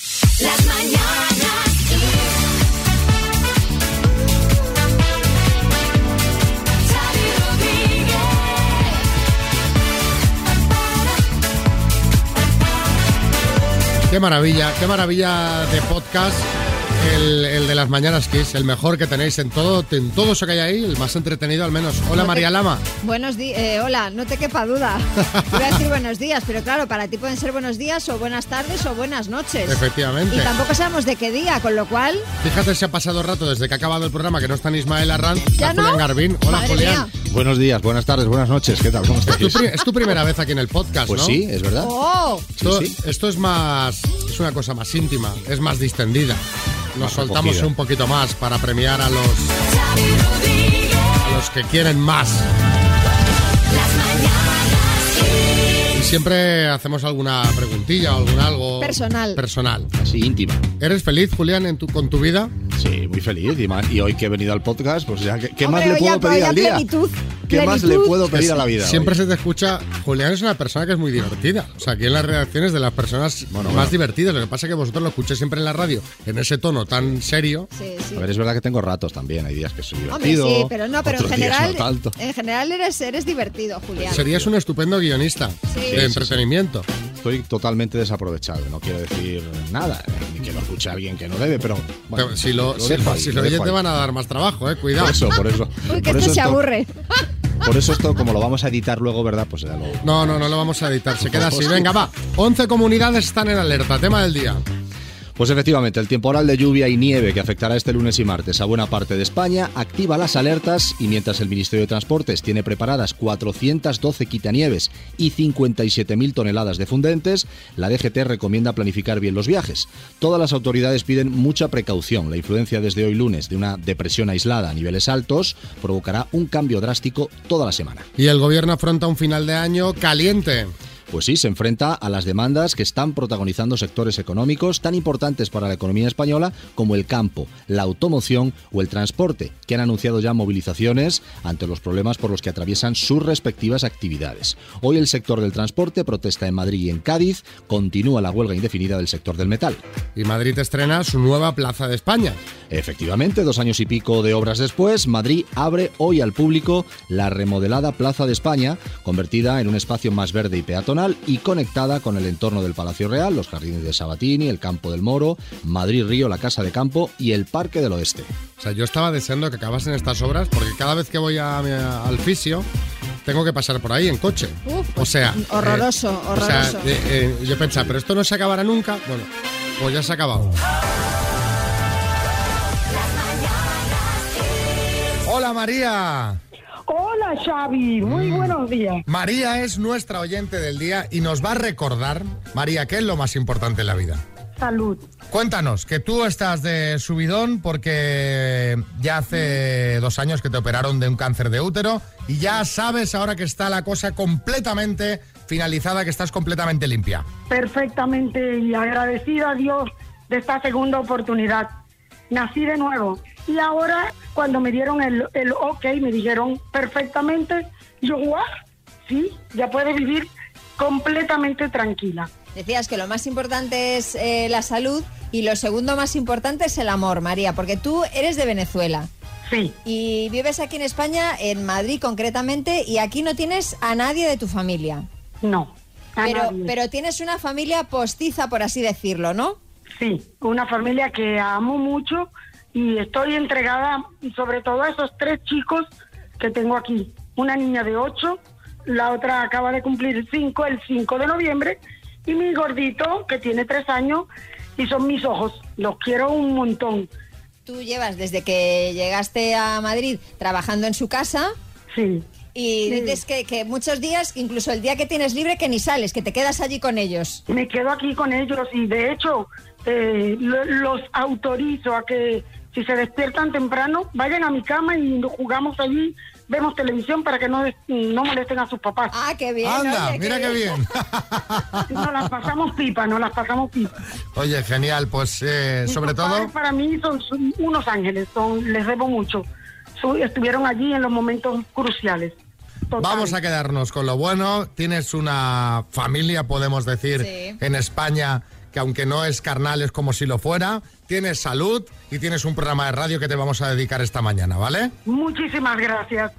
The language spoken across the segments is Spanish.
Las mañanas Kiss. Xavi Rodríguez. Qué maravilla, qué maravilla de podcast. El, el de las mañanas Kiss, el mejor que tenéis en todo, en todo eso que hay ahí, el más entretenido al menos. Hola María Lama. Buenos días, hola, no te quepa duda. Voy a decir buenos días, pero claro, para ti pueden ser buenos días o buenas tardes o buenas noches. Efectivamente. Y tampoco sabemos de qué día, con lo cual, Fíjate si ha pasado rato desde que ha acabado el programa que no están Ismael Arranz, ¿Ya está no? Julián Garbín. Hola Madre Julián. mía. Buenos días, buenas tardes, buenas noches. ¿Qué tal? ¿Cómo Es tu, estáis? pri- es tu primera vez aquí en el podcast, Pues ¿no? sí, es verdad. ¡oh! Esto, sí, sí. esto es más. Es una cosa más íntima, es más distendida. Nos Más soltamos recogida. un poquito más para premiar a los, Xavi Rodríguez. a los que quieren más. Las mañanas Kiss. Y siempre hacemos alguna preguntilla o algún algo. Oh. Personal. Personal. Así íntima. ¿Eres feliz, Julián, en tu, con tu vida? Sí, muy feliz. Y, ma- y hoy que he venido al podcast, pues ya, ¿qué, qué Hombre, más le hoy puedo ya- hoy pedir ya al día? plenitud, ¿Qué más le plenitud. puedo pedir a la vida? Siempre hoy? se te escucha. Julián es una persona que es muy divertida. O sea, aquí en las redacciones de las personas Bueno, más bueno. divertidas. Lo que pasa es que vosotros lo escucháis siempre en la radio, en ese tono tan serio. Sí, sí. A ver, es verdad que tengo ratos también. Hay días que soy Hombre, divertido. sí, pero no, pero en otros días general, eh. no tanto. en general eres, eres divertido, Julián. Serías un estupendo guionista Sí. Sí, de sí, entretenimiento. Estoy totalmente desaprovechado. No quiero decir nada. eh, Ni que lo escuche alguien que no debe, pero. bueno, Te- si lo, si, dejo ahí, si lo dejo oyes, te ahí. van a dar más trabajo, eh. Cuidado. Por eso, por eso. Uy, que por esto eso se esto- aburre. Por eso esto, como lo vamos a editar luego, ¿verdad? Pues ya lo. No, no, no lo vamos a editar. Se queda así. Venga, va. 11 comunidades están en alerta. Tema del día. Pues efectivamente, el temporal de lluvia y nieve que afectará este lunes y martes a buena parte de España activa las alertas y mientras el Ministerio de Transportes tiene preparadas 412 quitanieves y 57.000 toneladas de fundentes, la DGT recomienda planificar bien los viajes. Todas las autoridades piden mucha precaución. La influencia desde hoy lunes de una depresión aislada a niveles altos provocará un cambio drástico toda la semana. Y el gobierno afronta un final de año caliente. Pues sí, se enfrenta a las demandas que están protagonizando sectores económicos tan importantes para la economía española como el campo, la automoción o el transporte, que han anunciado ya movilizaciones ante los problemas por los que atraviesan sus respectivas actividades. Hoy el sector del transporte protesta en Madrid y en Cádiz, continúa la huelga indefinida del sector del metal. Y Madrid estrena su nueva Plaza de España. Efectivamente, dos años y pico de obras después, Madrid abre hoy al público la remodelada Plaza de España, convertida en un espacio más verde y peatonal y conectada con el entorno del Palacio Real, los jardines de Sabatini, el Campo del Moro, Madrid Río, la Casa de Campo y el Parque del Oeste. O sea, yo estaba deseando que acabasen estas obras porque cada vez que voy a mi- al fisio tengo que pasar por ahí en coche. Uf, pues, mm, o Ah, sea, eh, horroroso, o sea, horroroso. eh, eh, yo pensaba, pero esto no se acabará nunca. Bueno, pues ya se ha acabado. Hola María. Mm. Hola Xavi, muy buenos días. María es nuestra oyente del día y nos va a recordar, María, qué es lo más importante en la vida. Salud. Cuéntanos, que tú estás de subidón porque ya hace dos años que te operaron de un cáncer de útero y ya sabes ahora que está la cosa completamente finalizada, que estás completamente limpia. Perfectamente y agradecida a Dios de esta segunda oportunidad. Nací de nuevo y ahora cuando me dieron el, el ok, me dijeron perfectamente, yo, "Guau, sí, ya puedo vivir completamente tranquila. Decías que lo más importante es eh, la salud y lo segundo más importante es el amor, María, porque tú eres de Venezuela. Sí, Y vives aquí en España, en Madrid concretamente, y aquí no tienes a nadie de tu familia. no. a Pero, nadie. pero tienes una familia postiza, por así decirlo, ¿no? Sí, una familia que amo mucho y estoy entregada sobre todo a esos tres chicos que tengo aquí. Una niña de ocho, la otra acaba de cumplir cinco el 5 de noviembre y mi gordito que tiene tres años y son mis ojos. Los quiero un montón. Tú llevas desde que llegaste a Madrid trabajando en su casa Sí, y Sí. dices que, que muchos días, incluso el día que tienes libre, que ni sales, que te quedas allí con ellos. me quedo aquí con ellos y de hecho eh, lo- los autorizo a que si se despiertan temprano vayan a mi cama y jugamos allí, vemos televisión para que no, des- no molesten a sus papás. Ah, qué bien. Anda, oye, mira qué bien. Nos las pasamos pipa, nos las pasamos pipa. Oye, genial, pues eh, Mis sobre papás todo... Para mí son, son unos ángeles, son, les debo mucho. Su- estuvieron allí en los momentos cruciales. Total. Vamos a quedarnos con lo bueno. Tienes una familia, podemos decir, Sí. en España que aunque no es carnal es como si lo fuera, tienes salud y tienes un programa de radio que te vamos a dedicar esta mañana, ¿vale? Muchísimas gracias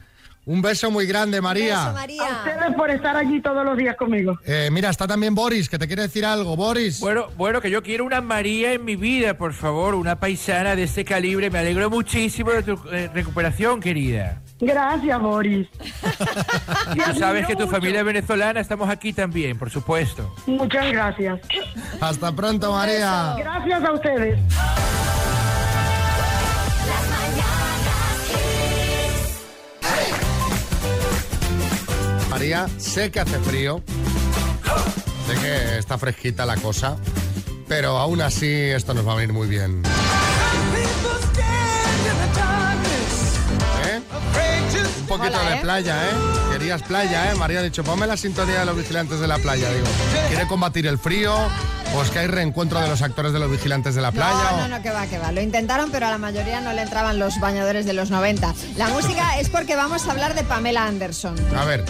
Un beso muy grande, María. Beso, a María. ustedes por estar allí todos los días conmigo. Eh, mira, está también Boris, que te quiere decir algo. Boris. Bueno, bueno, que yo quiero una María en mi vida, por favor, una paisana de ese calibre. Me alegro muchísimo de tu eh, recuperación, querida. Gracias, Boris. Te Tú sabes admiro que tu mucho. familia es venezolana, estamos aquí también, por supuesto. Muchas gracias. Hasta pronto, María. Gracias a ustedes. Las mañanas Kiss. María, sé que hace frío, sé que está fresquita la cosa, pero aún así esto nos va a venir muy bien. ¿Eh? Un poquito Hola, de ¿eh? playa, ¿eh? Querías playa, ¿eh? María ha dicho, ponme la sintonía de los vigilantes de la playa, digo. ¿Quiere combatir el frío? ¿O es que hay reencuentro de los actores de los vigilantes de la playa? No, no, o- no, que va, que va. Lo intentaron, pero a la mayoría no le entraban los bañadores de los 90. La música es porque vamos a hablar de Pamela Anderson. A ver.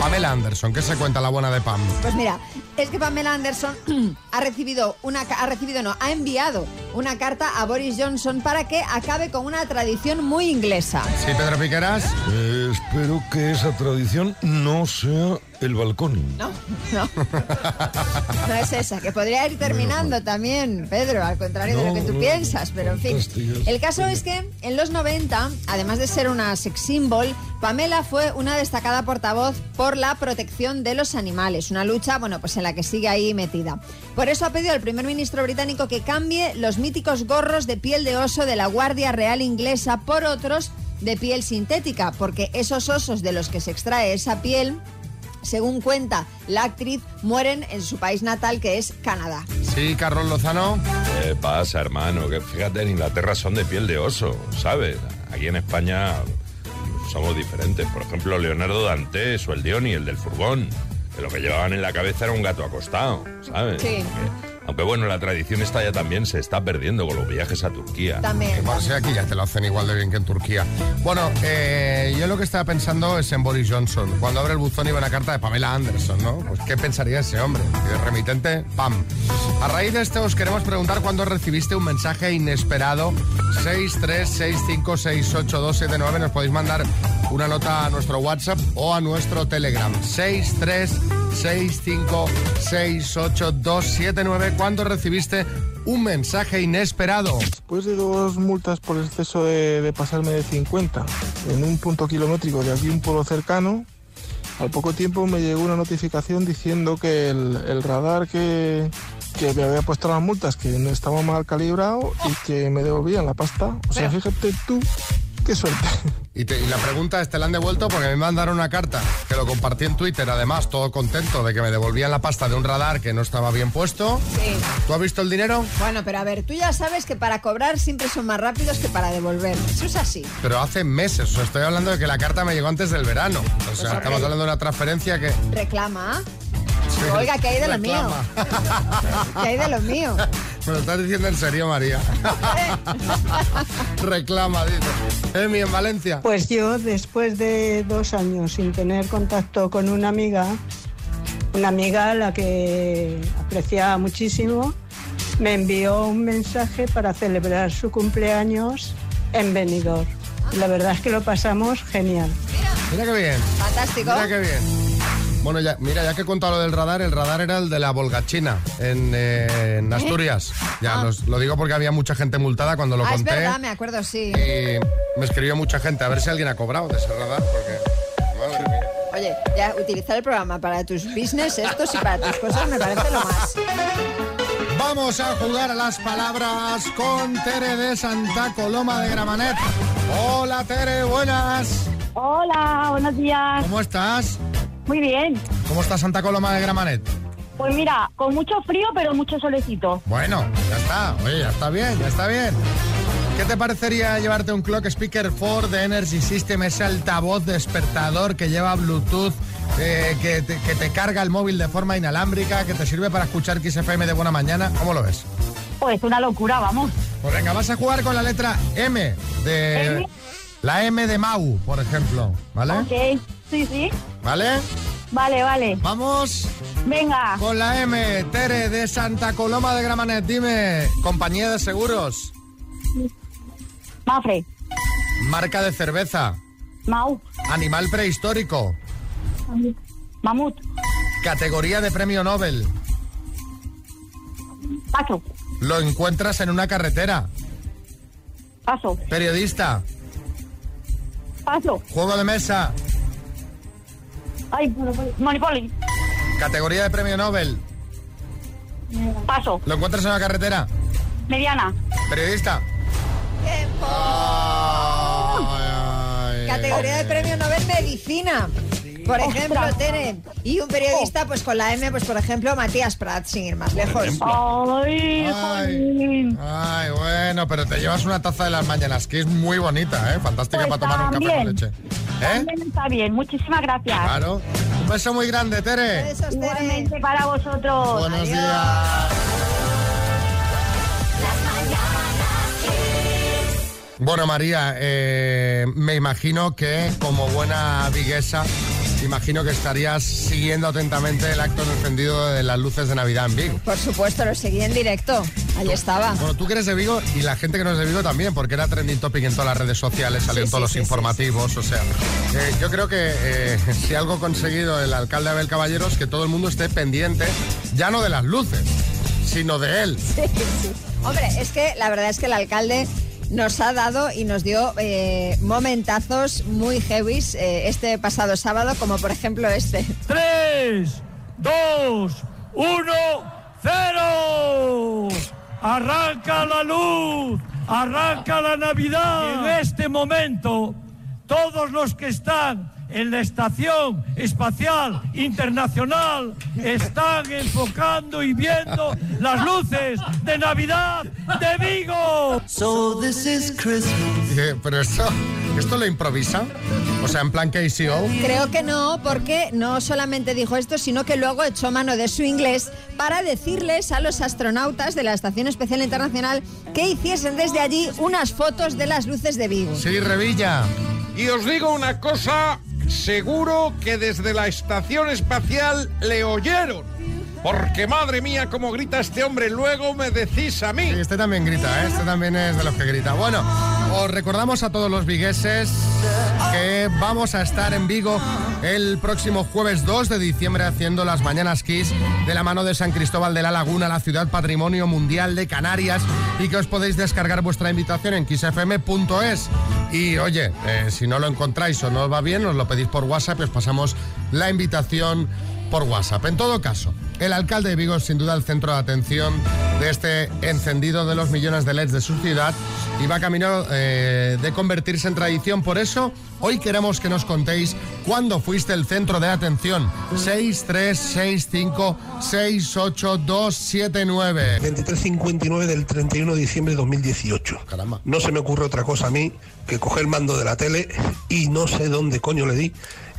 Pamela Anderson, ¿qué se cuenta la buena de Pam? Pues mira, es que Pamela Anderson ha recibido una ca- ha recibido no, ha enviado una carta a Boris Johnson para que acabe con una tradición muy inglesa. Sí, Pedro Piqueras. Eh, espero que esa tradición no sea el balcón. No, no. No es esa, que podría ir terminando también, Pedro, al contrario de lo que tú No, no, piensas, pero en fin. fantásticas. El caso es que en los 90, además de ser una sex symbol, Pamela fue una destacada portavoz por la protección de los animales, una lucha, bueno, pues en la que sigue ahí metida. Por eso ha pedido al primer ministro británico que cambie los míticos gorros de piel de oso de la Guardia Real Inglesa por otros de piel sintética, porque esos osos de los que se extrae esa piel según cuenta la actriz, mueren en su país natal, que es Canadá. Sí, Carlos Lozano. ¿Qué pasa, hermano? Que fíjate, en Inglaterra son de piel de oso, ¿sabes? Aquí en España somos diferentes. Por ejemplo, Leonardo Dantes o el Dioni, el del furgón, que lo que llevaban en la cabeza era un gato acostado, ¿sabes? Sí. Aunque, aunque, bueno, la tradición esta ya también se está perdiendo con los viajes a Turquía. Que También. por si aquí ya te lo hacen igual de bien que en Turquía. Bueno, eh, yo lo que estaba pensando es en Boris Johnson. Cuando abre el buzón iba una carta de Pamela Anderson, ¿no? Pues qué pensaría ese hombre. Y de remitente, pam. A raíz de esto os queremos preguntar cuándo recibiste un mensaje inesperado. 636568279 nos podéis mandar una nota a nuestro WhatsApp o a nuestro Telegram. 636568279 ¿Cuándo recibiste un mensaje inesperado? Después de dos multas por exceso de, de pasarme de 50 en un punto kilométrico de aquí, un pueblo cercano, al poco tiempo me llegó una notificación diciendo que el, el radar que, que me había puesto las multas, que no estaba mal calibrado y que me devolvían la pasta. O sea, fíjate tú, qué suerte. Y, te- y la pregunta es, ¿te la han devuelto? Porque me mandaron una carta, que lo compartí en Twitter, además, todo contento de que me devolvían la pasta de un radar que no estaba bien puesto. Sí. ¿Tú has visto el dinero? Bueno, pero a ver, tú ya sabes que para cobrar siempre son más rápidos que para devolver. Eso es así. Pero hace meses, o sea, estoy hablando de que la carta me llegó antes del verano. O sea, hombre. estamos hablando de una transferencia que... Reclama. Oiga, que hay de lo mío. Reclama. Que hay de lo mío. Me lo estás diciendo en serio, María. Reclama, dice. Emi, en Valencia. Pues yo, después de dos años sin tener contacto con una amiga, una amiga a la que apreciaba muchísimo, me envió un mensaje para celebrar su cumpleaños en Benidorm. La verdad es que lo pasamos genial. Mira qué bien. Fantástico. Mira qué bien. Bueno, ya, mira, ya que he contado lo del radar, el radar era el de la Volgachina en, eh, en Asturias. Ya, los- lo digo porque había mucha gente multada cuando lo Ah, es conté. eh, verdad, me acuerdo, sí. Y me escribió mucha gente, a ver si alguien ha cobrado de ese radar, porque... Madre mía. Oye, ya utilizar el programa para tus business, estos y para tus cosas me parece lo más. Vamos a jugar a las palabras con Tere de Santa Coloma de Gramanet. Hola Tere, buenas. Hola, buenos días. ¿Cómo estás? Muy bien. ¿Cómo está Santa Coloma de Gramanet? Pues mira, con mucho frío, pero mucho solecito. Bueno, ya está, oye, ya está bien, ya está bien. ¿Qué te parecería llevarte un Clock Speaker 4 de Energy System, ese altavoz despertador que lleva Bluetooth, eh, que, te, que te carga el móvil de forma inalámbrica, que te sirve para escuchar XFM de buena mañana? ¿Cómo lo ves? Pues una locura, vamos. Pues venga, vas a jugar con la letra M de... ¿M? La M de Mau, por ejemplo, ¿vale? Ok, sí, sí. ¿Vale? Vale, vale. Vamos. Venga. Con la M, Tere de Santa Coloma de Gramanet, dime, compañía de seguros, Mafre. marca de cerveza, Mau. animal prehistórico, Mamut. categoría de premio Nobel, Paso. lo encuentras en una carretera, Paso. periodista, Paso. juego de mesa, Ay, pues, Monopoly. Monopoly. categoría de premio Nobel, Paso. lo encuentras en una carretera, Mediana. periodista. Tiempo. Ay, Categoría de premio Nobel Medicina. Por ejemplo, Tere. Y un periodista, pues con la M, pues por ejemplo, Matías Prat, sin ir más lejos. Ay, Ay, jolín. ay, bueno, pero te llevas una taza de las mañanas, que es muy bonita, ¿eh? Fantástica Pues para tomar un café con también. leche. ¿Eh? También Está bien, muchísimas gracias. Claro. Un beso muy grande, Tere. Besos, Tere. Igualmente para vosotros. Buenos Adiós. días. Bueno, María, eh, me imagino que como buena viguesa, imagino que estarías siguiendo atentamente el acto de encendido de las luces de Navidad en Vigo. Por supuesto, lo seguí en directo. Ahí estaba. Bueno, tú que eres de Vigo y la gente que no es de Vigo también, porque era trending topic en todas las redes sociales, salió en sí, todos los sí, sí, informativos, o sea. eh, yo creo que eh, si algo ha conseguido el alcalde Abel Caballero es que todo el mundo esté pendiente, ya no de las luces, sino de él. Hombre, es que la verdad es que el alcalde nos ha dado y nos dio eh, momentazos muy heavies eh, este pasado sábado, como por ejemplo este. 3, 2, 1, 0. Arranca la luz, arranca la Navidad. en este momento, todos los que están en la Estación Espacial Internacional están enfocando y viendo las luces de Navidad de Vigo. Dije, Eh, Pero esto, esto lo improvisa, o sea, en plan KCO. Creo que no, porque no solamente dijo esto, sino que luego echó mano de su inglés para decirles a los astronautas de la Estación Especial Internacional que hiciesen desde allí unas fotos de las luces de Vigo. Sí, Revilla. Y os digo una cosa, seguro que desde la estación espacial le oyeron. Porque madre mía, cómo grita este hombre, luego me decís a mí. Sí, Este también grita, ¿eh? este también es de los que grita. Bueno, os recordamos a todos los vigueses que vamos a estar en Vigo el próximo jueves 2 de diciembre haciendo las Mañanas Kiss de la mano de San Cristóbal de la Laguna, la ciudad patrimonio mundial de Canarias y que os podéis descargar vuestra invitación en kissfm.es. Y oye, eh, si no lo encontráis o no os va bien, os lo pedís por WhatsApp y os pasamos la invitación por WhatsApp. En todo caso, el alcalde de Vigo es sin duda el centro de atención de este encendido de los millones de LEDs de su ciudad y va camino eh, de convertirse en tradición. Por eso, hoy queremos que nos contéis cuándo fuiste el centro de atención. 636568279. 2359 del 31 de diciembre de 2018. Caramba. No se me ocurre otra cosa a mí que coger el mando de la tele y no sé dónde coño le di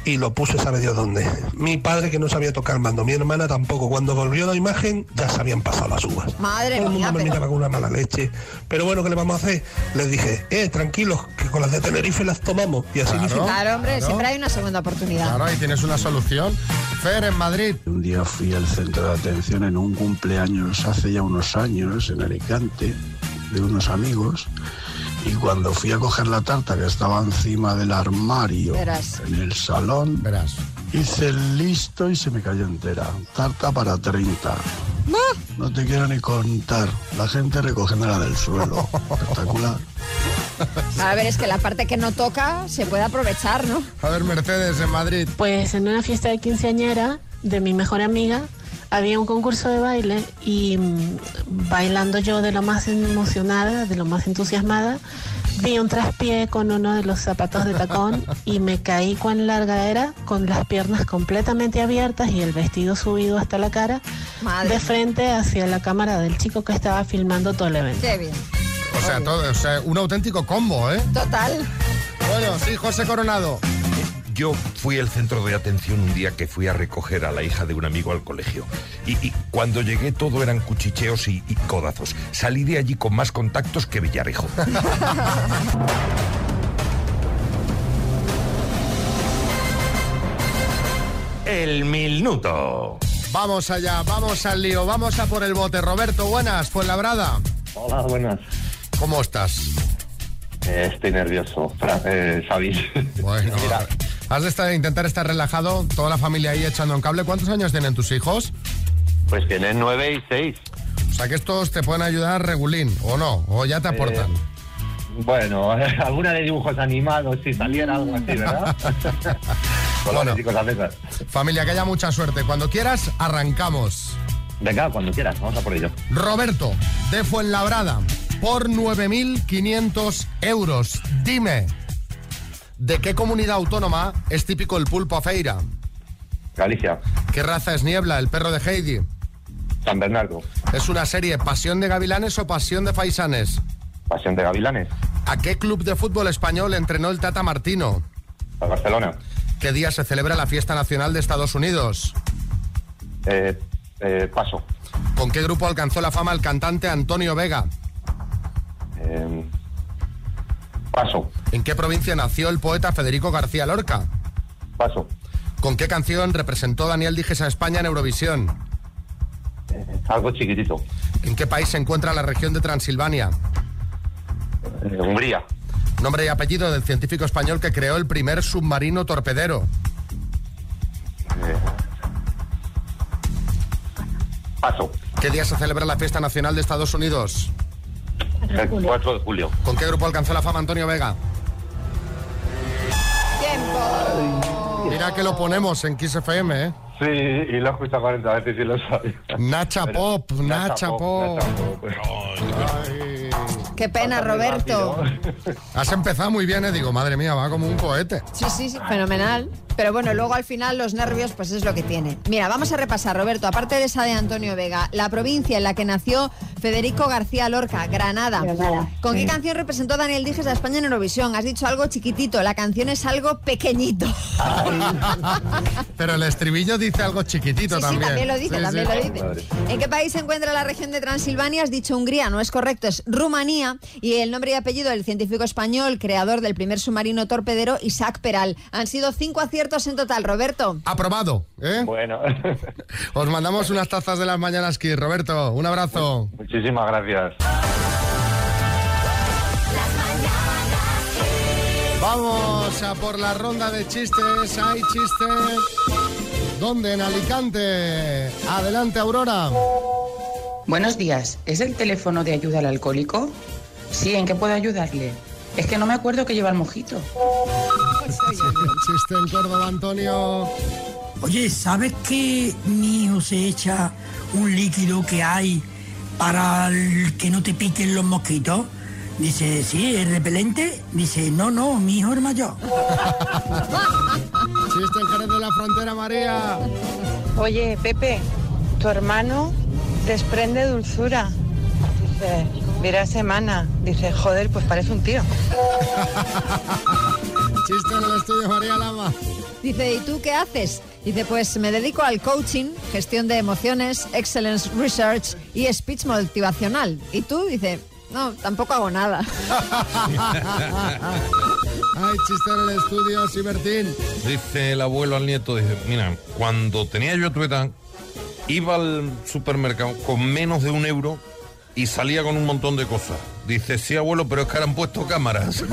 y lo puse sabe Dios dónde. Mi padre que no sabía tocar el mando, mi hermana tampoco. Cuando volvió la imagen ya se habían pasado las uvas. Madre Todo el mía, mundo me pero- miraba con una mala leche. Pero bueno, ¿qué le vamos a hacer? Les dije, eh, tranquilos, que con las de Tenerife las tomamos. Y así Claro. Claro, hombre, Claro. siempre hay una segunda oportunidad. Claro, ahí tienes una solución. Fer en Madrid. Un día fui al centro de atención en un cumpleaños hace ya unos años en Alicante de unos amigos y cuando fui a coger la tarta que estaba encima del armario Verás. en el salón Verás. hice el listo y se me cayó entera. Tarta para 30. No te quiero ni contar. La gente recogiéndola del suelo. Espectacular. A ver, es que la parte que no toca se puede aprovechar, ¿no? A ver, Mercedes en Madrid. Pues en una fiesta de quinceañera de mi mejor amiga había un concurso de baile y mm, bailando yo de lo más emocionada, de lo más entusiasmada, di un traspié con uno de los zapatos de tacón y me caí cuán larga era, con las piernas completamente abiertas y el vestido subido hasta la cara, Madre. de frente hacia la cámara del chico que estaba filmando todo el evento. Qué bien. O sea, todo, o sea, un auténtico combo, ¿eh? Total. Bueno, sí, José Coronado. Yo fui el centro de atención un día que fui a recoger a la hija de un amigo al colegio. Y, y cuando llegué todo eran cuchicheos y, y codazos. Salí de allí con más contactos que Villarejo. el minuto. Vamos allá, vamos al lío, vamos a por el bote. Roberto, buenas, Fuenlabrada. Hola, buenas. ¿Cómo estás? Eh, estoy nervioso, Fra- eh, Xavi. Bueno, has de estar- intentar estar relajado, toda la familia ahí echando un cable. ¿Cuántos años tienen tus hijos? Pues tienen nueve y seis. O sea que estos te pueden ayudar regulín, o no, o ya Ah, te aportan. Bueno, Eh, alguna de dibujos animados, si saliera algo así, ¿verdad? Con los chicos a pesar. Familia, que haya mucha suerte. Cuando quieras, arrancamos. Venga, cuando quieras, vamos a por ello. Roberto, de Fuenlabrada, por 9.500 euros. Dime, ¿de qué comunidad autónoma es típico el pulpo a feira? Galicia, ¿Qué raza es Niebla, el perro de Heidi? San Bernardo, ¿Es una serie Pasión de Gavilanes o Pasión de Faisanes? Pasión de Gavilanes, ¿A qué club de fútbol español entrenó el Tata Martino? a Barcelona, ¿Qué día se celebra la fiesta nacional de Estados Unidos? eh, eh, Paso, ¿Con qué grupo alcanzó la fama el cantante Antonio Vega? eh, Paso, ¿En qué provincia nació el poeta Federico García Lorca? Paso, ¿Con qué canción representó Daniel Dijes a España en Eurovisión? eh, algo chiquitito, ¿En qué país se encuentra la región de Transilvania? eh, Hungría, Nombre y apellido del científico español que creó el primer submarino torpedero. eh, Paso, ¿Qué día se celebra la fiesta nacional de Estados Unidos? el 4 de julio, ¿Con qué grupo alcanzó la fama Antonio Vega? Mira que lo ponemos en Kiss FM, ¿eh? Sí, y lo he escuchado 40 veces y lo sabía. Nacha Pop, Nacha Pop. Qué pena, Roberto. Has empezado muy bien, ¿eh? Digo, madre mía, va como un cohete. Sí, sí, sí, fenomenal. Pero bueno, luego al final los nervios, pues es lo que tienen. Mira, vamos a repasar, Roberto. Aparte de esa de Antonio Vega, la provincia en la que nació Federico García Lorca, Granada. Granada. ¿Con qué Sí. canción representó Daniel Dijes a España en Eurovisión? Has dicho algo chiquitito, la canción es algo pequeñito. Pero el estribillo dice algo chiquitito Sí, sí, también. también lo dice, Sí, también sí. lo dice. ¿En qué país se encuentra la región de Transilvania? Has dicho Hungría, no es correcto, es Rumanía. Y el nombre y apellido del científico español, creador del primer submarino torpedero, Isaac Peral. Han sido cinco aciertos en total, Roberto. Aprobado, ¿eh? Bueno. Os mandamos unas tazas de las mañanas, Kiss. Roberto, un abrazo. Muchísimas gracias. Vamos a por la ronda de chistes. ¿eh? Hay chistes. ¿Dónde? En Alicante. Adelante, Aurora. Buenos días, ¿es el teléfono de ayuda al alcohólico? Sí, ¿en qué puedo ayudarle? Es que no me acuerdo que lleva el mojito. Chiste en Córdoba, Antonio. Oye, ¿sabes que mi hijo se echa un líquido que hay para el que no te piquen los mosquitos? Dice, sí, es repelente. Dice, no, no, mi hijo es mayor. Chiste en Jerez de la Frontera, María. Oye, Pepe, tu hermano desprende dulzura. Dice, mira semana. Dice, joder, pues parece un tío. Chiste en el estudio, María Lama. Dice, ¿y tú qué haces? Dice, pues me dedico al coaching, gestión de emociones, excellence research y speech motivacional. ¿Y tú? Dice, no, tampoco hago nada. Hay chiste en el estudio, Sibertín. Dice el abuelo al nieto, dice, mira, cuando tenía yo tu edad, iba al supermercado con menos de un euro y salía con un montón de cosas. Dice, sí, abuelo, pero es que ahora han puesto cámaras.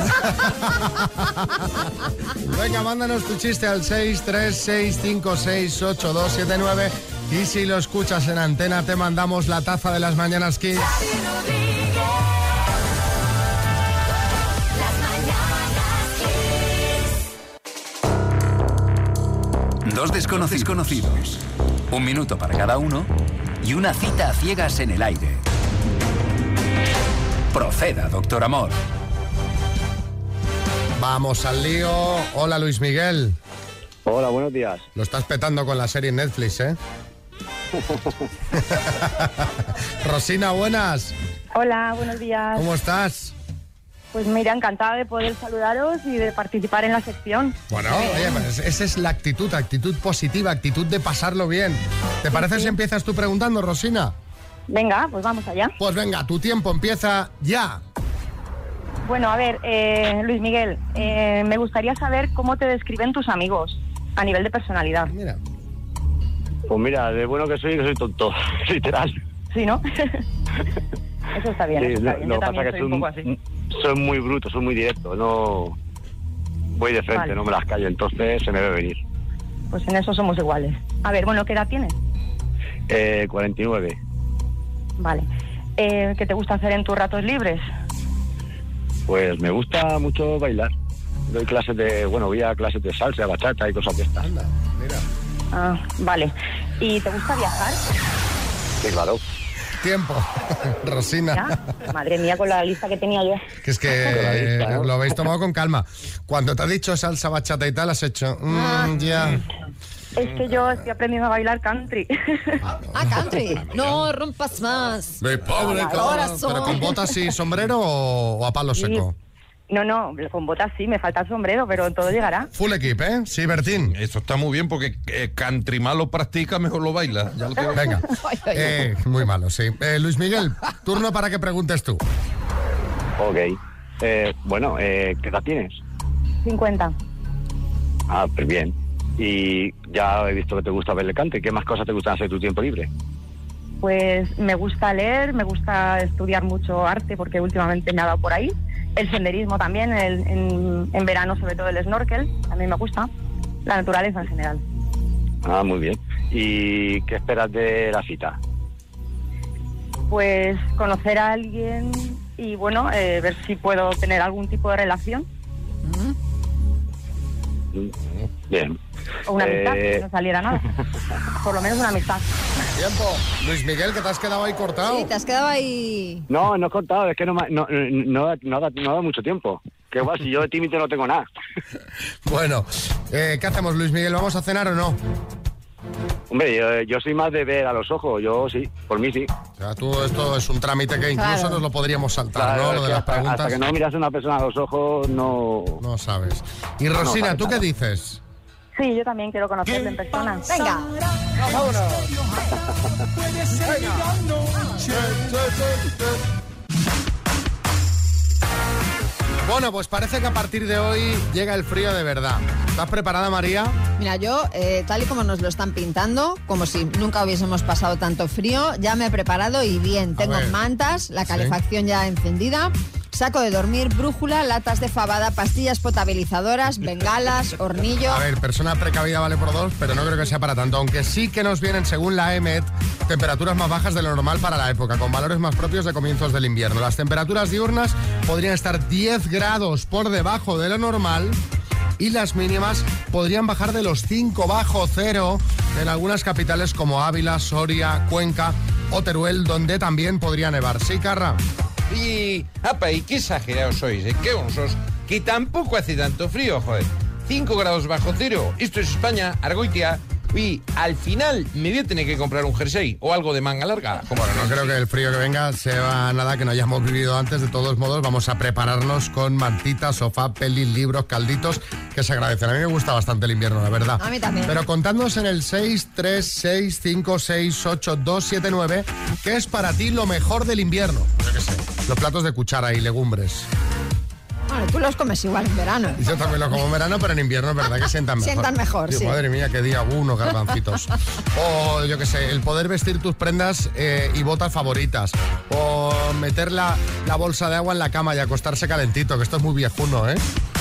Venga, mándanos tu chiste al 636568279 y si lo escuchas en antena te mandamos la taza de las mañanas Kiss. Dos desconocidos conocidos. Un minuto para cada uno y una cita a ciegas en el aire. Proceda, doctor Amor. Vamos al lío. Hola Luis Miguel. Hola, buenos días. Lo estás petando con la serie en Netflix, ¿eh? Rosina, buenas. Hola, buenos días. ¿Cómo estás? Pues mira, encantada de poder saludaros y de participar en la sección. Eh, Bueno, oye, pues esa es la actitud, actitud positiva, actitud de pasarlo bien. ¿Te parece si empiezas tú preguntando, Rosina? Venga, pues vamos allá. Pues venga, tu tiempo empieza ya. pues. Bueno, a ver, eh, Luis Miguel, eh, me gustaría saber cómo te describen tus amigos a nivel de personalidad. Mira. Pues mira, de bueno que soy, que soy tonto, literal. Sí, ¿no? eso está bien. Sí, eso está lo- bien. lo Yo que pasa también que soy soy, un poco así. soy muy bruto, soy muy directo, no voy de frente, Vale. no me las callo, entonces se me ve venir. Pues en eso somos iguales. A ver, bueno, ¿qué edad tienes? Eh, 49. Vale. Eh, ¿Qué te gusta hacer en tus ratos libres? Pues me gusta mucho bailar. Doy clases de, bueno, voy a clases de salsa, bachata y cosas de estas. Ah, vale. ¿Y te gusta viajar? Sí, claro. Tiempo. Rosina. Madre mía, con la lista que tenía yo. Que es que eh, lo habéis tomado con calma. Cuando te ha dicho salsa bachata y tal, has hecho. mm, Ah. ya. Es que yo estoy aprendiendo a bailar country. Ah, country. No rompas más. De pobre Hola, corazón. corazón. ¿Pero con botas y sombrero o, o a palo seco? No, no, con botas sí, me falta el sombrero, pero todo llegará. Full equip, ¿eh? Sí, Bertín. Esto está muy bien porque eh, country malo practica, mejor lo baila. Ya lo tengo. Venga. Eh, muy malo, sí. Eh, Luis Miguel, turno para que preguntes tú. Ok. Eh, bueno, eh, ¿qué edad tienes? 50. Ah, pues bien. Y ya he visto que te gusta ver el cante. ¿Qué más cosas te gustan hacer en tu tiempo libre? Pues me gusta leer, me gusta estudiar mucho arte porque últimamente me ha dado por ahí. El senderismo también, el- en, en verano sobre todo el snorkel, también me gusta. La naturaleza en general. Ah, muy bien. ¿Y qué esperas de la cita? Pues conocer a alguien y bueno, eh, ver si puedo tener algún tipo de relación Bien. o una amistad, Eh. que no saliera nada. Por lo menos una amistad. Tiempo. Luis Miguel, que te has quedado ahí cortado. Sí, te has quedado ahí. No, no he contado, es que no, ma- no, no, no, no da, no da mucho tiempo. Que igual, si yo de tímido no tengo nada. Bueno, eh, ¿qué hacemos, Luis Miguel? ¿Vamos a cenar o no? Hombre, yo, yo soy más de ver a los ojos, yo sí, por mí sí. O sea, tú, esto es un trámite que incluso Claro. nos lo podríamos saltar, ¿no? Claro, es Lo de que las Ah, hasta, preguntas. hasta que no miras a una persona a los ojos, no. No sabes. Y Rosina, ¿tú qué dices? Sí, yo también quiero conocerlo en persona. Venga. Bueno, pues parece que a partir de hoy llega el frío de verdad. ¿Estás preparada, María? Mira, yo, eh, tal y como nos lo están pintando, como si nunca hubiésemos pasado tanto frío, ya me he preparado y bien. Tengo ver. mantas, la Sí. calefacción ya encendida, saco de dormir, brújula, latas de fabada, pastillas potabilizadoras, bengalas, hornillo. A ver, persona precavida vale por dos, pero no creo que sea para tanto. Aunque sí que nos vienen, según la EMET, temperaturas más bajas de lo normal para la época, con valores más propios de comienzos del invierno. Las temperaturas diurnas podrían estar 10 grados por debajo de lo normal y las mínimas podrían bajar de los 5 bajo cero en algunas capitales como Ávila, Soria, Cuenca o Teruel, donde también podría nevar. Sí, Carra. Y, apa, y qué exagerados sois, ¿eh? qué osos, que tampoco hace tanto frío, joder. 5 grados bajo cero, esto es España, Argoitia, y al final me voy a tener que comprar un jersey o algo de manga larga. Como No creo que el frío que venga sea nada que no hayamos vivido antes. De todos modos, vamos a prepararnos con mantitas, sofá, pelis, libros, calditos, que se agradecen. A mí me gusta bastante el invierno, la verdad. A mí también. Pero contándonos en el 636568279, ¿qué es para ti lo mejor del invierno? Yo qué sé, los platos de cuchara y legumbres. Bueno, tú los comes igual en verano. Yo también lo como en verano, pero en invierno es verdad que sientan mejor. Sientan mejor, Digo, sí. Madre mía, qué día uno, garbancitos. o yo qué sé, el poder vestir tus prendas eh, y botas favoritas. O meter la, la bolsa de agua en la cama y acostarse calentito, que esto es muy viejuno, ¿eh?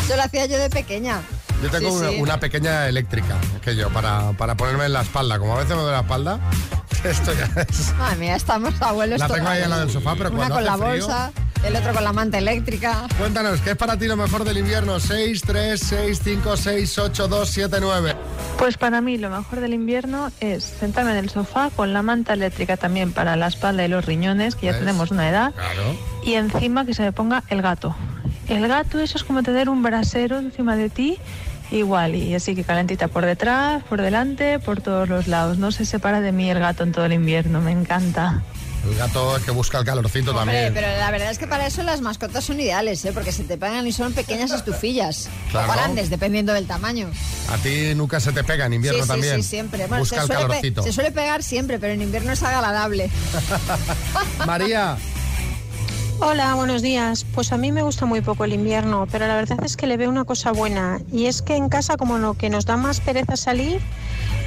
Yo lo hacía yo de pequeña. Yo tengo Sí, una, sí. una pequeña eléctrica, que yo, para, para ponerme en la espalda. Como a veces me duele la espalda, esto ya es... Madre mía, estamos abuelos La tengo ahí todavía. en la del sofá, pero Una cuando con hace la frío- bolsa, el otro con la manta eléctrica. Cuéntanos, ¿qué es para ti lo mejor del invierno? 6, 3, 6, 5, 6, 8, 2, 7, 9. Pues para mí lo mejor del invierno es sentarme en el sofá con la manta eléctrica también para la espalda y los riñones, que ya ¿Ves? tenemos una edad, Claro. y encima que se me ponga el gato. El gato eso es como tener un brasero encima de ti, igual, y así que calentita por detrás, por delante, por todos los lados. No se separa de mí el gato en todo el invierno, me encanta. El gato es que busca el calorcito Hombre, también. pero la verdad es que para eso las mascotas son ideales, ¿eh? porque se te pegan y son pequeñas estufillas. Claro. O grandes, dependiendo del tamaño. A ti nunca se te pega en invierno sí, sí, también. sí, siempre. Bueno, busca se, el suele pe- calorcito. se suele pegar siempre, pero en invierno es agradable. María. Hola, buenos días. Pues a mí me gusta muy poco el invierno, pero la verdad es que le veo una cosa buena y es que en casa como lo que nos da más pereza salir,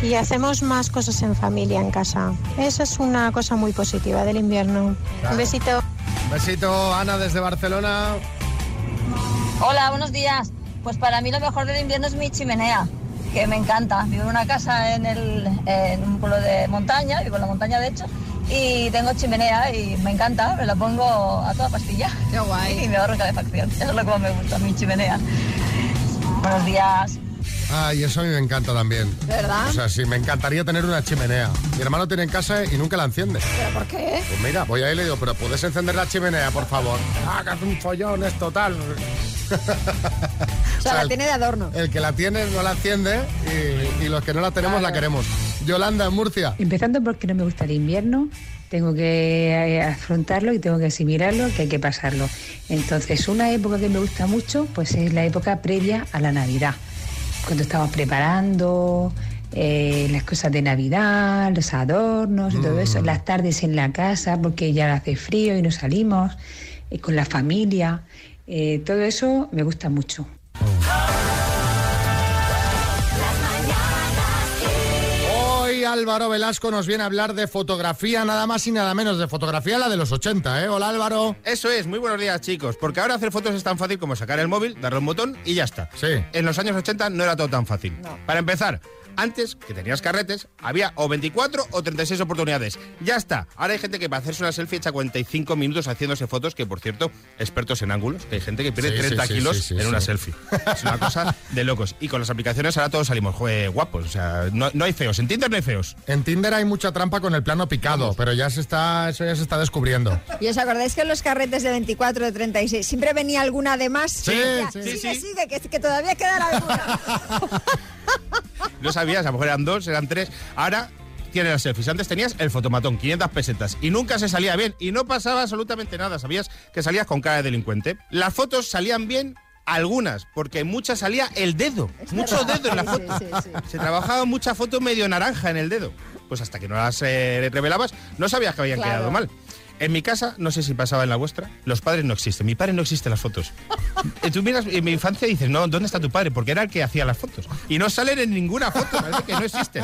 y hacemos más cosas en familia en casa. Esa es una cosa muy positiva del invierno. Claro. Un besito. Un besito, Ana, desde Barcelona. Hola, buenos días. Pues para mí lo mejor del invierno es mi chimenea, que me encanta. Vivo en una casa en, el, en un pueblo de montaña, vivo en la montaña de hecho, y tengo chimenea y me encanta, me la pongo a toda pastilla. Qué guay. Y me ahorro calefacción. Eso es lo que más me gusta, mi chimenea. Buenos días. Ay, eso a mí me encanta también. ¿Verdad? O sea, sí, me encantaría tener una chimenea. Mi hermano tiene en casa y nunca la enciende. ¿Pero por qué? Pues mira, voy ahí y le digo, pero ¿puedes encender la chimenea, por favor? Ah, que hace un follón, es total. O sea, la tiene de adorno. El que la tiene no la enciende y, y los que no la tenemos la queremos. Yolanda, en Murcia. Empezando porque no me gusta el invierno, tengo que eh, afrontarlo y tengo que asimilarlo, que hay que pasarlo. Entonces, una época que me gusta mucho, pues es la época previa a la Navidad, cuando estamos preparando eh, las cosas de Navidad, los adornos y todo eso, las tardes en la casa, porque ya hace frío y no salimos, eh, con la familia, eh, todo eso me gusta mucho. Hoy Álvaro Velasco nos viene a hablar de fotografía, nada más y nada menos, de fotografía la de los 80, ¿eh? Hola Álvaro. Eso es, muy buenos días chicos, porque ahora hacer fotos es tan fácil como sacar el móvil, darle un botón y ya está. Sí. En los años 80 no era todo tan fácil. Para empezar, antes que tenías carretes, había o 24 o 36 oportunidades. Ya está. Ahora hay gente que para hacerse una selfie echa 45 minutos haciéndose fotos, que por cierto, expertos en ángulos, que hay gente que pierde Sí, sí, 30 sí, kilos sí, sí, en sí. una selfie. Es una cosa de locos. Y con las aplicaciones ahora todos salimos jue, guapos. O sea, no, no hay feos. En Tinder no hay feos. En Tinder hay mucha trampa con el plano picado, pero ya se está, eso ya se está descubriendo. ¿Y os acordáis que en los carretes de 24, de 36, siempre venía alguna de más? Sí, Y decía, sí, sigue, sigue, que, que todavía queda la No sabías, a lo mejor eran dos, eran tres. Ahora tienes las selfies. Antes tenías el fotomatón, 500 pesetas, y nunca se salía bien. Y no pasaba absolutamente nada. Sabías que salías con cara de delincuente. Las fotos salían bien. Algunas, porque en muchas salía el dedo, mucho verdad. dedo en la Sí, foto. sí, sí. Se trabajaba mucha foto medio naranja en el dedo. Pues hasta que no las eh, revelabas, no sabías que habían Claro. quedado mal. En mi casa, no sé si pasaba en la vuestra, los padres no existen. Mi padre no existe en las fotos. Y tú miras en mi infancia y dices, no, ¿dónde está tu padre? Porque era el que hacía las fotos. Y no salen en ninguna foto, parece que no existen.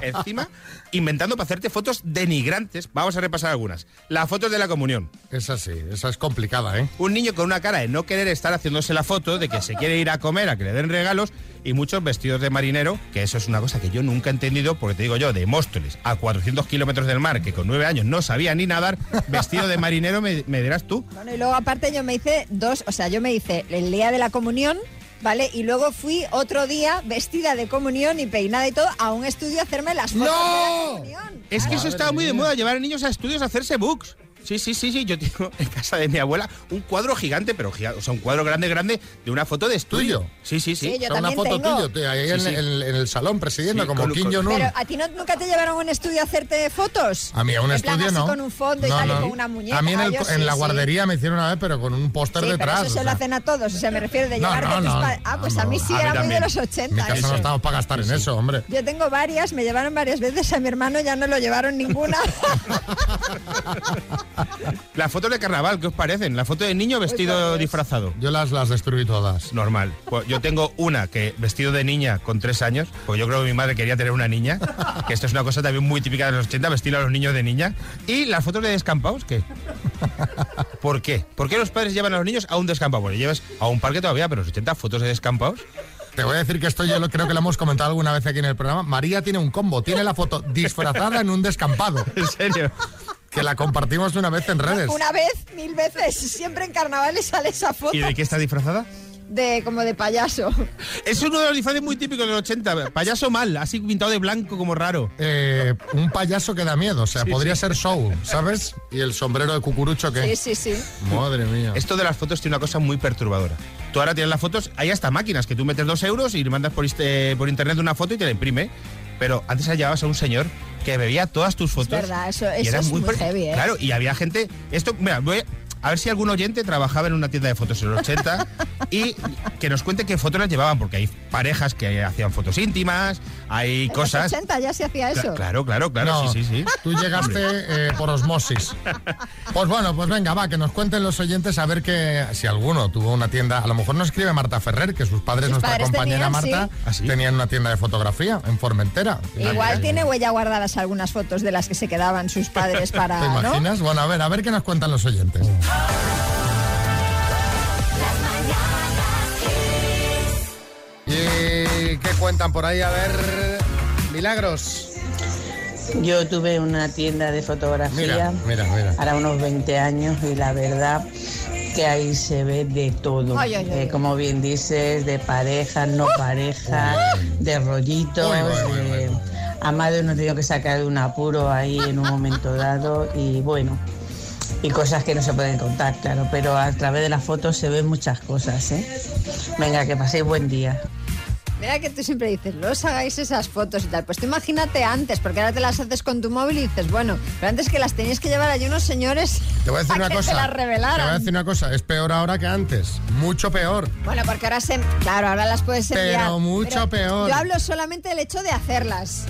Encima, inventando para hacerte fotos denigrantes. Vamos a repasar algunas. Las fotos de la comunión. Esa sí, esa es complicada, ¿eh? Un niño con una cara de no querer estar haciéndose la foto, de que se quiere ir a comer, a que le den regalos, y muchos vestidos de marinero, que eso es una cosa que yo nunca he entendido, porque te digo yo, de Móstoles, a 400 kilómetros del mar, que con nueve años no sabía ni nadar, vestido de marinero me, me dirás tú. Bueno, y luego aparte yo me hice dos, o sea, yo me hice el día de la comunión, ¿vale? Y luego fui otro día vestida de comunión y peinada y todo a un estudio a hacerme las fotos. ¡No! de la comunión. Es que eso Madre estaba muy de mía. moda, llevar a niños a estudios a hacerse books. Sí, sí, sí, sí. Yo tengo en casa de mi abuela un cuadro gigante, pero giga- o sea, un cuadro grande, grande, de una foto de estudio. Sí, sí, sí. Sí, yo Está una foto tuya, tengo. tío, ahí Sí, en, sí. en- en el salón presidiendo, Sí, como con- Kim con- Jong-un. Pero a ti no- nunca te llevaron a un estudio a hacerte fotos. A mí a un En plan, estudio así no. con un fondo y No, tal, y no. con una muñeca. Ah, A mí en, el- Yo en sí, la sí. guardería me hicieron una vez, pero con un póster Sí, detrás. pero eso o se lo sea. hacen a todos, o sea, me refiero de No, llevar no, de tus no. padres. Ah, pues a mí sí, A mí era muy de también. los En mi 80. casa eso. no estamos para gastar en eso, hombre. Yo tengo varias, me llevaron varias veces, a mi hermano ya no lo llevaron ninguna. Las fotos de carnaval, ¿qué os parecen? La foto de niño vestido disfrazado. Yo las, las destruí todas. Normal. Pues yo tengo una que vestido de niña con tres años, porque yo creo que mi madre quería tener una niña, que esto es una cosa también muy típica de los 80, vestir a los niños de niña. Y las fotos de descampados, ¿qué? ¿Por qué? ¿Por qué los padres llevan a los niños a un descampado? Bueno, llevas a un parque todavía, pero los 80 fotos de descampados. Te voy a decir que esto yo lo, creo que lo hemos comentado alguna vez aquí en el programa. María tiene un combo, tiene la foto disfrazada en un descampado. ¿En serio? Que la compartimos una vez en redes. Una vez, mil veces, siempre en carnavales sale esa foto ¿Y de qué está disfrazada? de como de payaso. Es uno de los disfraces muy típicos de los 80. Payaso mal, así pintado de blanco como raro. Eh, un payaso que da miedo, o sea, Sí, podría sí. ser show, ¿sabes? Y el sombrero de cucurucho que... Sí, sí, sí. Madre mía. Esto de las fotos tiene una cosa muy perturbadora. Tú ahora tienes las fotos, hay hasta máquinas que tú metes dos euros y le mandas por, este- por internet una foto y te la imprime. Pero antes llevabas a un señor que bebía todas tus fotos. verdad, eso- y eso era es muy per- heavy, ¿eh? Claro, y había gente. Esto, mira, voy a, a ver si algún oyente trabajaba en una tienda de fotos en los 80 y que nos cuente qué fotos las llevaban, porque hay parejas que hacían fotos íntimas, hay En cosas. los 80 ya se hacía Cla- eso. Claro, claro, claro, No, sí, sí, sí. Tú llegaste eh, por osmosis. Pues bueno, pues venga, va, que nos cuenten los oyentes a ver que si alguno tuvo una tienda. A lo mejor nos escribe Marta Ferrer, que sus padres, Sus nuestra padres compañera tenían, sí. Marta, tenían una tienda de fotografía en Formentera. Igual tiene huella guardadas algunas fotos de las que se quedaban sus padres para. ¿Te ¿no? imaginas? Bueno, a ver, a ver qué nos cuentan los oyentes. ¿Y qué cuentan por ahí? A ver, milagros. Yo tuve una tienda de fotografía Mira, mira, mira. hará unos 20 años y la verdad que ahí se ve de todo. Ay, ay, ¡Oh! ay, Eh, ay. como bien dices, de parejas, no parejas, de rollitos. de- A más de uno ha tenido que sacar de un apuro ahí en un momento dado y bueno. Y cosas que no se pueden contar, claro, pero a través de las fotos se ven muchas cosas, ¿eh? Venga, que paséis buen día. Mira que tú siempre dices, no os hagáis esas fotos y tal. Pues tú imagínate antes, porque ahora te las haces con tu móvil y dices, bueno, pero antes que las tenías que llevar allí unos señores Te voy a decir a una que cosa. te las revelaran. Te voy a decir una cosa. Es peor ahora que antes. Mucho peor. Bueno, porque ahora se, claro, ahora las puedes Pero enviar. mucho peor. Yo hablo solamente del hecho de hacerlas.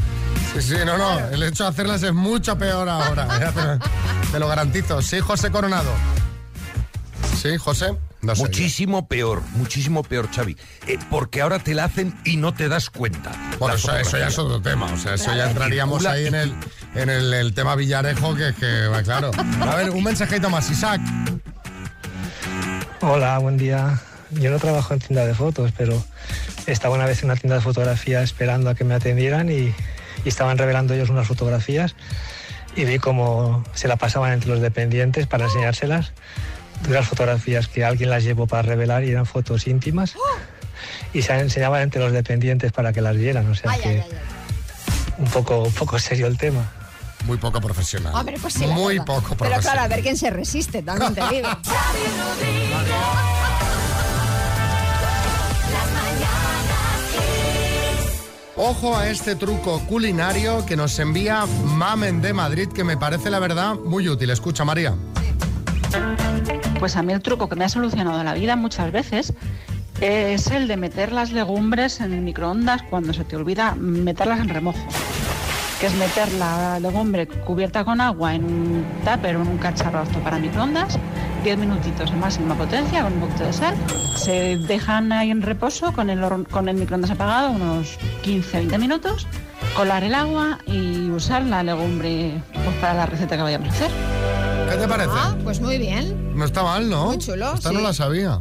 Sí, sí, no, no. El hecho de hacerlas es mucho peor ahora. Ya te- Te lo garantizo. Sí, José Coronado. Sí, José. muchísimo peor, muchísimo peor, Xavi. Eh, porque ahora te la hacen y no te das cuenta. Bueno, La eso, eso ya es otro tema. O sea, eso ya entraríamos Circula ahí en el, en el, el tema Villarejo, que, que va claro. A ver, un mensajito más, Isaac. Hola, buen día. Yo no trabajo en tienda de fotos, pero estaba una vez en una tienda de fotografía esperando a que me atendieran y, y estaban revelando ellos unas fotografías y vi cómo se la pasaban entre los dependientes para enseñárselas. De las fotografías que alguien las llevó para revelar y eran fotos íntimas y se enseñaban entre los dependientes para que las vieran. O sea que un poco, un poco serio el tema. Muy poco profesional. Hombre, pues sí. la Muy verdad. poco Pero claro, a profesional. ver quién se resiste, también te digo. Ojo a este truco culinario que nos envía Mamen de Madrid, que me parece la verdad muy útil. Escucha, María. Pues a mí el truco que me ha solucionado la vida muchas veces es el de meter las legumbres en el microondas cuando se te olvida meterlas en remojo. Que es meter la legumbre cubierta con agua en un tupper o en un cacharro apto para microondas, 10 minutitos a máxima potencia con un poquito de sal. Se dejan ahí en reposo con el, horno- con el microondas apagado unos 15-20 minutos, colar el agua y usar la legumbre pues, para la receta que vayamos a hacer. ¿Qué te parece? Ah, pues muy bien. No está mal, ¿no? Muy chulo, Esta sí. no la sabía.